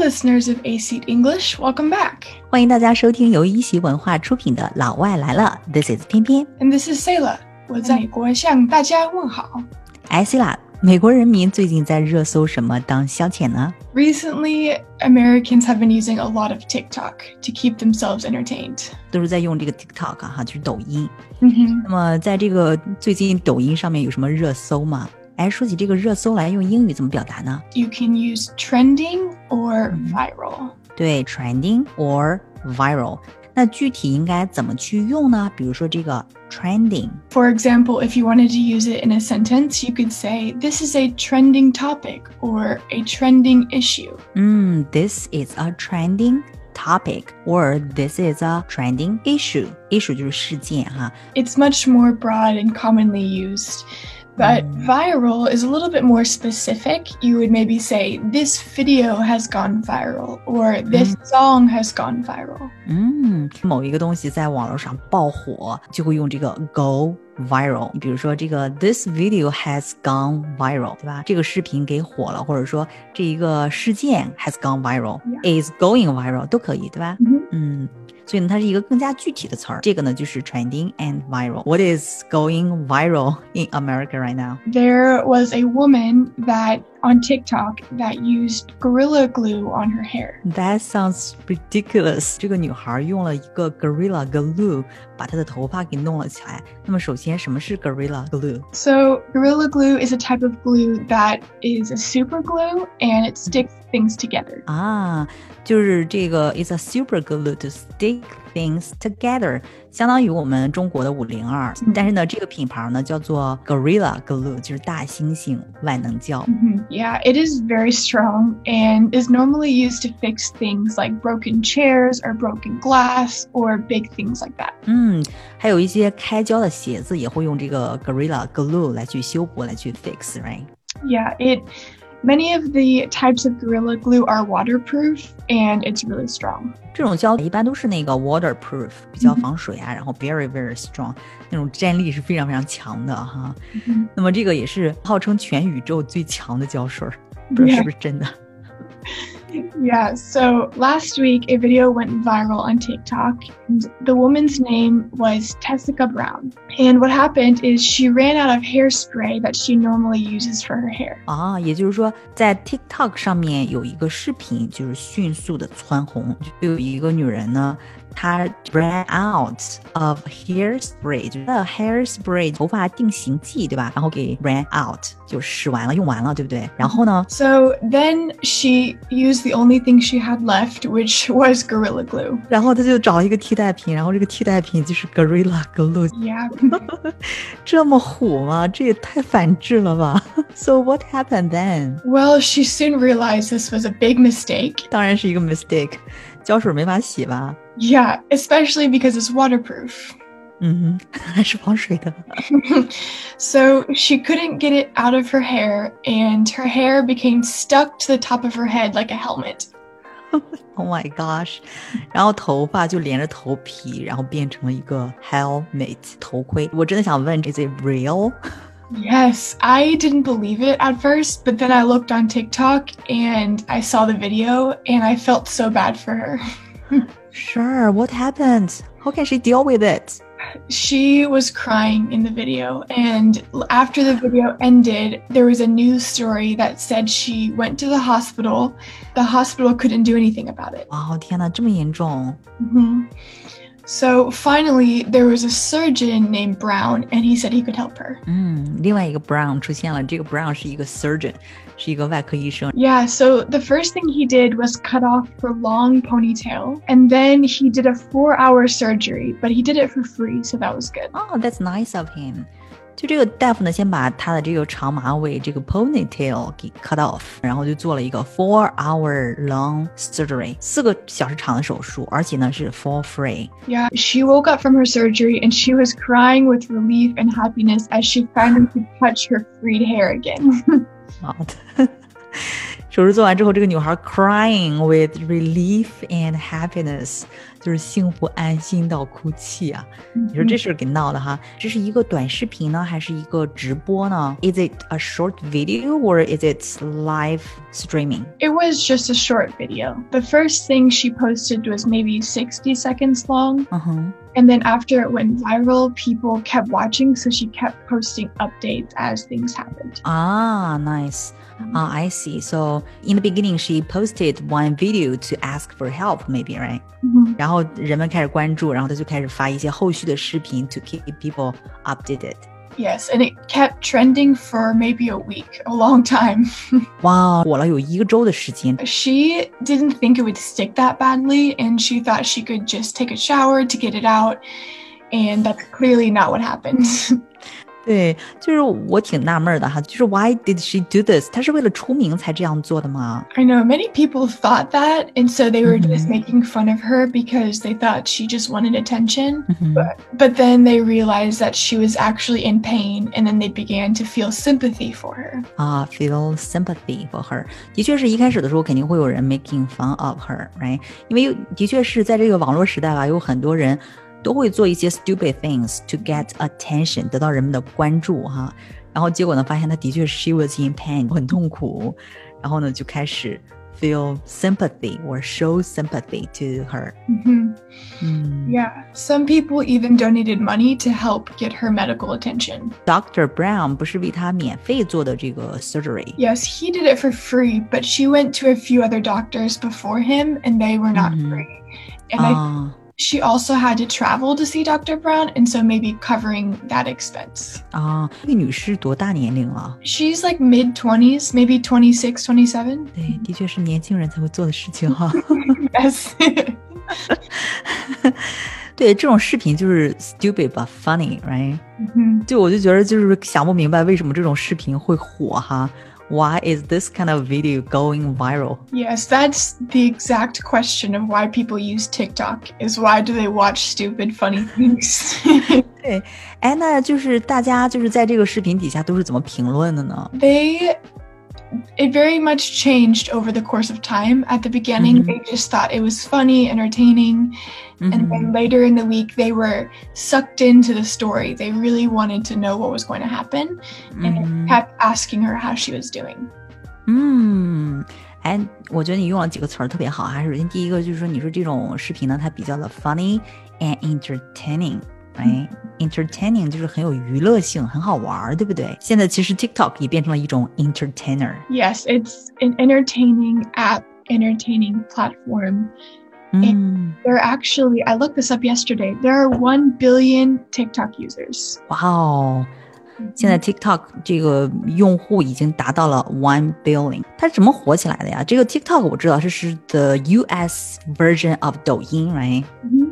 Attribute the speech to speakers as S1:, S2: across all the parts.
S1: listeners of A Seat English, welcome back.
S2: 欢迎大家收听由一席文化出品的《老外来了》，This is 偏偏
S1: And this is Sayla. 我在美国向大家问好。
S2: 艾哎希拉。美国人民最近在热搜什么当消遣呢？
S1: Recently, Americans have been using a lot of TikTok to keep themselves entertained.
S2: 都是在用这个 TikTok 啊哈、就是抖音。
S1: Mm-hmm.
S2: 那么在这个最近抖音上面有什么热搜吗？哎，说起这个热搜来，用英语怎么表达呢？
S1: You can use trending or
S2: Mhm.
S1: viral.
S2: 对，trending or viral。那具体应该怎么去用呢？比如说这个 trending，
S1: For example, if you wanted to use it in a sentence, you could say, This is a trending topic or a trending issue.
S2: 嗯，this is a trending topic or this is a trending issue。issue 就是事件哈。
S1: It's much more broad and commonly used. But
S2: Mm.
S1: viral is a little bit more specific. You would maybe say, This video has gone viral, or This song has gone viral.
S2: 嗯，某一个东西在网络上爆火，就会用这个 go viral。你比如说这个 this video has gone viral，对吧？这个视频给火了，或者说这一个事件 has gone viral，is going viral 都可以，对吧？
S1: 嗯哼
S2: 嗯，所以呢，它是一个更加具体的词儿。这个呢，就是 trending and viral。What is going viral in America right now？
S1: There was a woman that on TikTok that used gorilla glue on her hair.
S2: That sounds ridiculous。这个女孩用了一个 Gorilla Glue 把她的头发给弄了起来。那么，首先什么是 Gorilla Glue？
S1: So, gorilla glue is a type of glue that is a super glue and it sticks things together.
S2: 啊，就是这个 is a super glue to stick things together，相当于我们中国的五零二
S1: 嗯，
S2: 但是呢，这个品牌呢叫做 Gorilla Glue，就是大猩猩万能胶。
S1: Mhm. Yeah, it is very strong and is normally used to fix things like broken chairs or broken glass or big things like that.
S2: 嗯，还有一些开胶的鞋子也会用这个 Gorilla Glue 来去修补，来去 fix，right？
S1: Yeah, it many of the types of gorilla glue are waterproof and it's really strong.
S2: 这种胶一般都是那个 waterproof，比较
S1: 嗯哼
S2: 防水啊，然后 very very strong，那种粘力是非常非常强的哈。
S1: Mhm.
S2: 那么这个也是号称全宇宙最强的胶水儿，不知道
S1: Yeah.
S2: 是不是真的？
S1: Yeah, so last week a video went viral on TikTok. And the woman's name was Tessica Brown. And what happened is she ran out of hairspray that she normally uses for her hair.
S2: 啊，也就是说，在 TikTok 上面有一个视频，就是迅速的蹿红，就有一个女人呢，她 ran out of hairspray，就是那 hairspray 头发定型剂，对吧？然后给 ran out 就使完了，用完了，对不对？然后呢，
S1: So then she used the only thing she had left, which was Gorilla Glue.
S2: 然后她就找了一个替代品，然后这个替代品就是 Gorilla Glue，
S1: Yeah.
S2: 这么虎吗？这也太反智了吧 ！So what happened then？
S1: well, she soon realized this was a big mistake.
S2: 当然是一个 mistake，胶水没法洗吧？
S1: Yeah, especially because it's waterproof.
S2: 嗯哼，还是防水的。
S1: so she couldn't get it out of her hair, and her hair became stuck to the top of her head like a helmet.
S2: Oh my gosh！然后头发就连着头皮，然后变成了一个 helmet 头盔。我真的想问，Is it real？
S1: Yes, I didn't believe it at first, but then I looked on TikTok and I saw the video and I felt so bad for her.
S2: Sure. What happened? How can she deal with it?
S1: She was crying in the video, and l- after the video ended, there was a news story that said she went to the hospital. The hospital couldn't do anything about it.
S2: 哇、天哪，这么严重！
S1: hmm So finally, there was a surgeon named Brown, and he said he could help her.
S2: 嗯，另外一个 Brown 出现了，这个 Brown 是一个 surgeon，是一个外科医生。
S1: Yeah, so the first thing he did was cut off her long ponytail, and then he did a four hour surgery, but he did it for free, so that was good.
S2: 哦、t h a t s nice of him。就这个大夫呢，先把他的这个长马尾这个 ponytail 给 cut off，然后就做了一个 four hour long surgery，四个小时长的手术，而且呢是 for free。
S1: Yeah, she woke up from her surgery and she was crying with relief and happiness as she finally could touch her freed hair again.
S2: 啊，手术做完之后，这个女孩 crying with relief and happiness，就是幸福安心到哭泣啊！你说这事儿给闹的哈，这是一个短视频呢，还是一个直播呢？Is it a short video or is it live streaming?
S1: It was just a short video. The first thing she posted was maybe 60 seconds long.
S2: 嗯哼，
S1: And then after it went viral, people kept watching, so she kept posting updates as things happened.
S2: 啊，nice. Ah, I see. So in the beginning, she posted one video to ask for help, maybe, right?
S1: 嗯
S2: 然后人们开始关注，然后她就开始发一些后续的视频 to keep people updated.
S1: Yes, and it kept trending for maybe a week, a long time.
S2: 哇，火了有一个周的时间，
S1: She didn't think it would stick that badly, and she thought she could just take a shower to get it out. And that's clearly not what happened.
S2: 对，就是我挺纳闷儿的哈，就是 Why did she do this？她是为了出名才这样做的吗？
S1: I know many people thought that, and so they were just
S2: Mhm.
S1: making fun of her because they thought she just wanted attention.
S2: 嗯哼
S1: But then they realized that she was actually in pain, and then they began to feel sympathy for her.
S2: 啊、f e e l sympathy for her。的确是一开始的时候，肯定会有人 making fun of her，right？因为有的确是在这个网络时代吧，有很多人都会做一些 stupid things to get attention，得到人们的关注哈。然后结果呢，发现她的确 she was in pain，很痛苦。然后呢，就开始 feel sympathy or show sympathy to her。
S1: hmm
S2: 嗯
S1: Yeah. Some people even donated money to help get her medical attention.
S2: ，Doctor Brown 不是为她免费做的这个 surgery。
S1: Yes, he did it for free, but she went to a few other doctors before him, and they were not
S2: Mhm.
S1: free. And I,
S2: 啊。
S1: she also had to travel to see Dr. Brown, and so maybe covering that expense.
S2: 啊，这个女士多大年龄了？
S1: She's like mid 20s, maybe 26, 27.
S2: 对，的确是年轻人才会做的事情哈。
S1: Yes.
S2: 对，这种视频就是 stupid but funny，right？
S1: Mhm.
S2: 就我就觉得就是想不明白为什么这种视频会火哈。Why is this kind of video going viral？
S1: Yes, that's the exact question of why people use TikTok is why do they watch stupid, funny things?
S2: 哎，那就是大家就是在这个视频底下都是怎么评论的呢？
S1: they it very much changed over the course of time at the beginning
S2: Mhm.
S1: they just thought it was funny entertaining
S2: 嗯
S1: and
S2: 哼
S1: then later in the week they were sucked into the story they really wanted to know what was going to happen
S2: 嗯
S1: and
S2: 哼
S1: kept asking her how she was doing
S2: 嗯，哎，我觉得你用了几个词儿特别好哈。首先，第一个就是说，你说这种视频呢，它比较的 funny and entertaining。哎，entertaining 就是很有娱乐性，很好玩儿，对不对？现在其实 TikTok 也变成了一种 entertainer。
S1: yes it's an entertaining app entertaining platform
S2: 嗯，
S1: there are actually i looked this up yesterday there are 1 billion tiktok users
S2: 哇哦！现在 TikTok 这个用户已经达到了 one billion，它是怎么火起来的呀？这个 TikTok 我知道这是 the US version of 抖音，right？
S1: Mhm.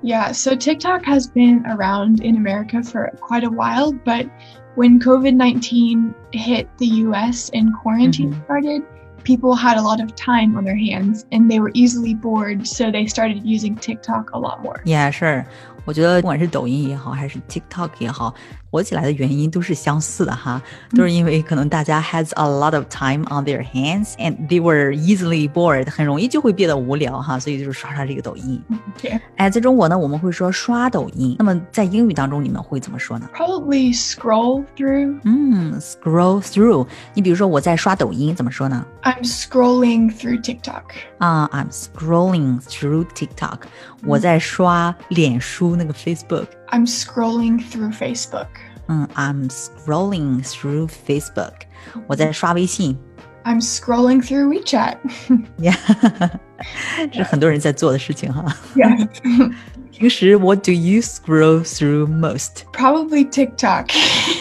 S1: Yeah, so TikTok has been around in America for quite a while, but when COVID 19 hit the US and quarantine
S2: Mhm.
S1: started, people had a lot of time on their hands and they were easily bored, so they started using TikTok a lot more.
S2: Yeah，是，我觉得不管是抖音也好，还是 TikTok 也好，火起来的原因都是相似的哈，都是因为可能大家 has a lot of time on their hands and they were easily bored，很容易就会变得无聊哈，所以就是刷刷这个抖音。
S1: Yeah.
S2: 哎，在中国呢，我们会说刷抖音，那么在英语当中你们会怎么说呢？
S1: Probably scroll through.
S2: 嗯，scroll through。你比如说我在刷抖音，怎么说呢？
S1: I'm scrolling through TikTok.
S2: 啊、i m scrolling through TikTok，我在刷脸书那个 Facebook。
S1: I'm scrolling through Facebook.
S2: 嗯，I'm scrolling through Facebook，我在刷微信
S1: I'm scrolling through WeChat.
S2: ，Yeah，是很多人在做的事情哈。
S1: yeah.
S2: 平时 What do you scroll through most？
S1: Probably TikTok.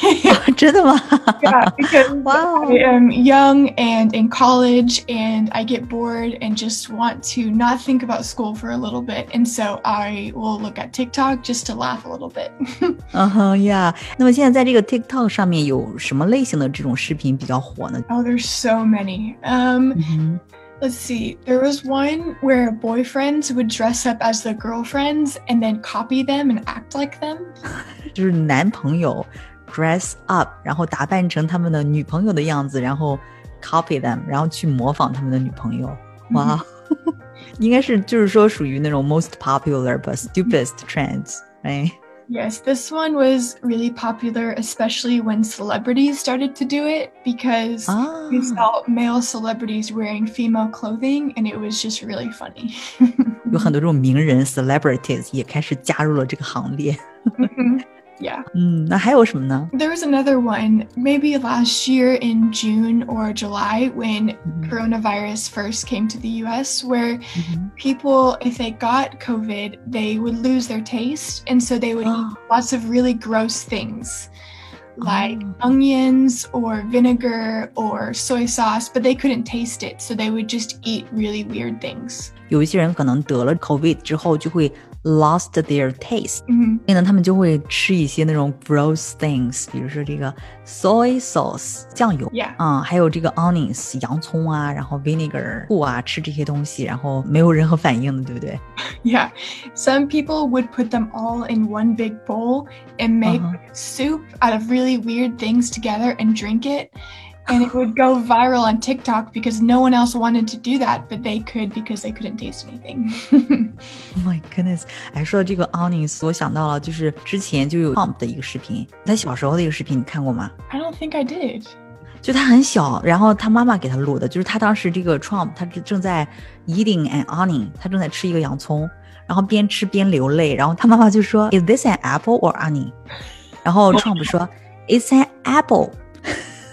S2: 真的吗？
S1: yeah, because
S2: Wow.
S1: I am young and in college, and I get bored and just want to not think about school for a little bit. And so I will look at TikTok just to laugh a little bit.
S2: 嗯哼呀，那么现在在这个 TikTok 上面有什么类型的这种视频比较火呢？
S1: oh, there's so many. Um,
S2: 嗯哼，
S1: let's see. There was one where boyfriends would dress up as their girlfriends and then copy them and act like them.
S2: 就是男朋友 dress up，然后打扮成他们的女朋友的样子，然后 copy them，然后去模仿他们的女朋友。哇、应该是就是说属于那种 most popular but stupidest trends, 哎 right?
S1: Yes, this one was really popular, especially when celebrities started to do it because
S2: Ah.
S1: we saw male celebrities wearing female clothing and it was just really funny.
S2: 有很多这种名人 celebrities 也开始加入了这个行列。
S1: Mhm. yeah.
S2: 嗯，那还有什么呢？
S1: There was another one, maybe last year in June or July when
S2: 嗯
S1: coronavirus first came to the US, where
S2: 嗯
S1: people, if they got COVID, they would lose their taste. And so they would
S2: Oh.
S1: eat lots of really gross things like
S2: Oh.
S1: onions or vinegar or soy sauce, but they couldn't taste it. So they would just eat really weird things.
S2: 有一些人可能得了 COVID 之后就会 lost their taste，
S1: Mhm.
S2: 所以呢，他们就会吃一些那种 gross things，比如说这个 soy sauce 酱油
S1: Yeah.
S2: 啊、还有这个 onions 洋葱啊，然后 vinegar 醋啊，吃这些东西，然后没有任何反应的，对不对？
S1: Yeah. Some people would put them all in one big bowl and make
S2: Uh-huh.
S1: soup out of really weird things together and drink it. And it would go viral on TikTok because no one else wanted to do that, but they could because they couldn't taste anything.
S2: Oh my goodness！哎，说到这个 Onions，我想到了，就是之前就有 Trump 的一个视频，他小时候的一个视频，你看过吗？
S1: I don't think I did.
S2: 就他很小，然后他妈妈给他录的，就是他当时这个 Trump，他正正在 eating an onion，他正在吃一个洋葱，然后边吃边流泪，然后他妈妈就说 Is this an apple or onion？然后 Trump 说 It's an apple。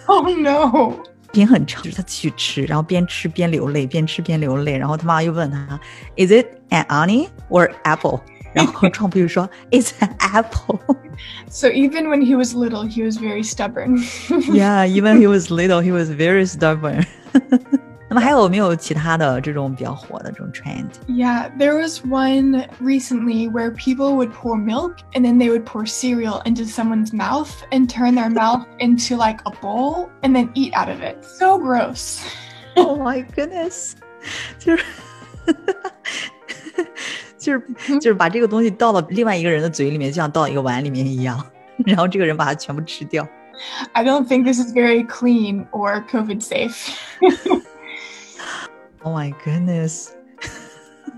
S1: Oh no.
S2: 边很长，就是他继续吃，然后边吃边流泪，边吃边流泪。然后他妈又问他，Is it an onion or apple？然后 Trump 就说，It's an apple。
S1: So even when he was little, he was very stubborn.
S2: Yeah, even he was little, he was very stubborn 。 那么还有没有其他的这种比较火的这种 trend？
S1: yeah, there was one recently where people would pour milk and then they would pour cereal into someone's mouth and turn their mouth into like a bowl and then eat out of it. So gross.
S2: Oh my goodness，就是 就是就是把这个东西倒到另外一个人的嘴里面，就像倒一个碗里面一样， 然后这个人把它全部吃掉。
S1: I don't think this is very clean or COVID safe.
S2: Oh my goodness。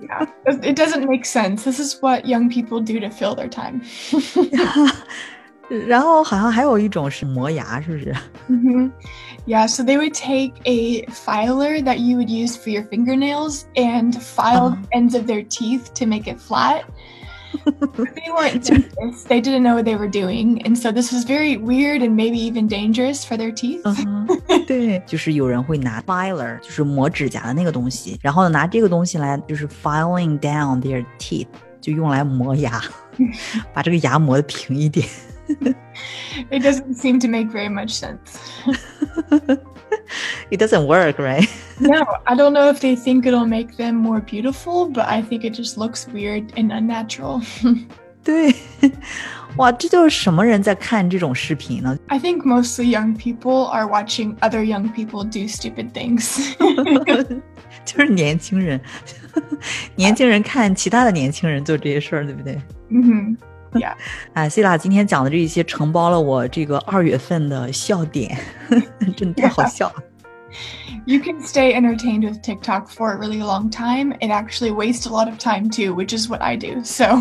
S1: Yeah, it it doesn't make sense. This is what young people do to fill their time.
S2: 然后好像还有一种是磨牙，是不是？
S1: hmm Yeah, so they would take a filer that you would use for your fingernails and file
S2: Uh-huh.
S1: the ends of their teeth to make it flat. But they weren't dentists. They didn't know what they were doing. And so this was very weird and maybe even dangerous for their teeth.
S2: 嗯哼，对， 就是有人会拿 filer，就是磨指甲的那个东西，然后呢拿这个东西来就是 filing down their teeth，就用来磨 牙，把这个牙磨得平一点。
S1: It doesn't seem to make very much sense.
S2: It doesn't work, right?
S1: no, I don't know if they think it'll make them more beautiful, but I think it just looks weird and unnatural.
S2: 对， 哇，这就是什么人在看这种视频呢？
S1: I think mostly young people are watching other young people do stupid things.
S2: 就是年轻人， 年轻人看其他的年轻人做这些事儿，对不对？
S1: hmm
S2: 哎，希拉今天讲的这一些承包了我这个二月份的笑点， 真的太好笑了。
S1: You can stay entertained with TikTok for a really long time. It actually wastes a lot of time too, which is what I do. So,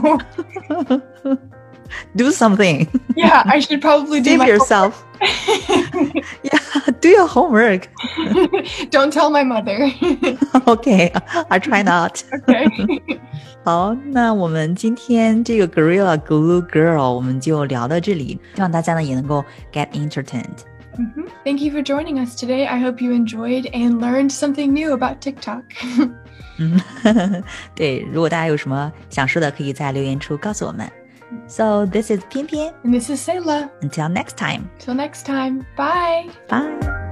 S2: Do something,
S1: yeah, I should probably do
S2: save
S1: my
S2: yourself. yeah, do your homework.
S1: Don't tell my mother.
S2: Okay, I try not.
S1: okay.
S2: 好，那我们今天这个 Gorilla Glue Girl 我们就聊到这里，希望大家呢也能够 get entertained。
S1: Mhm. Thank you for joining us today. I hope you enjoyed and learned something new about TikTok.
S2: 嗯， 对，如果大家有什么想说的，可以在留言处告诉我们。So this is 偏偏
S1: and this is Sayla.
S2: until next time.
S1: Till next time. Bye.
S2: Bye.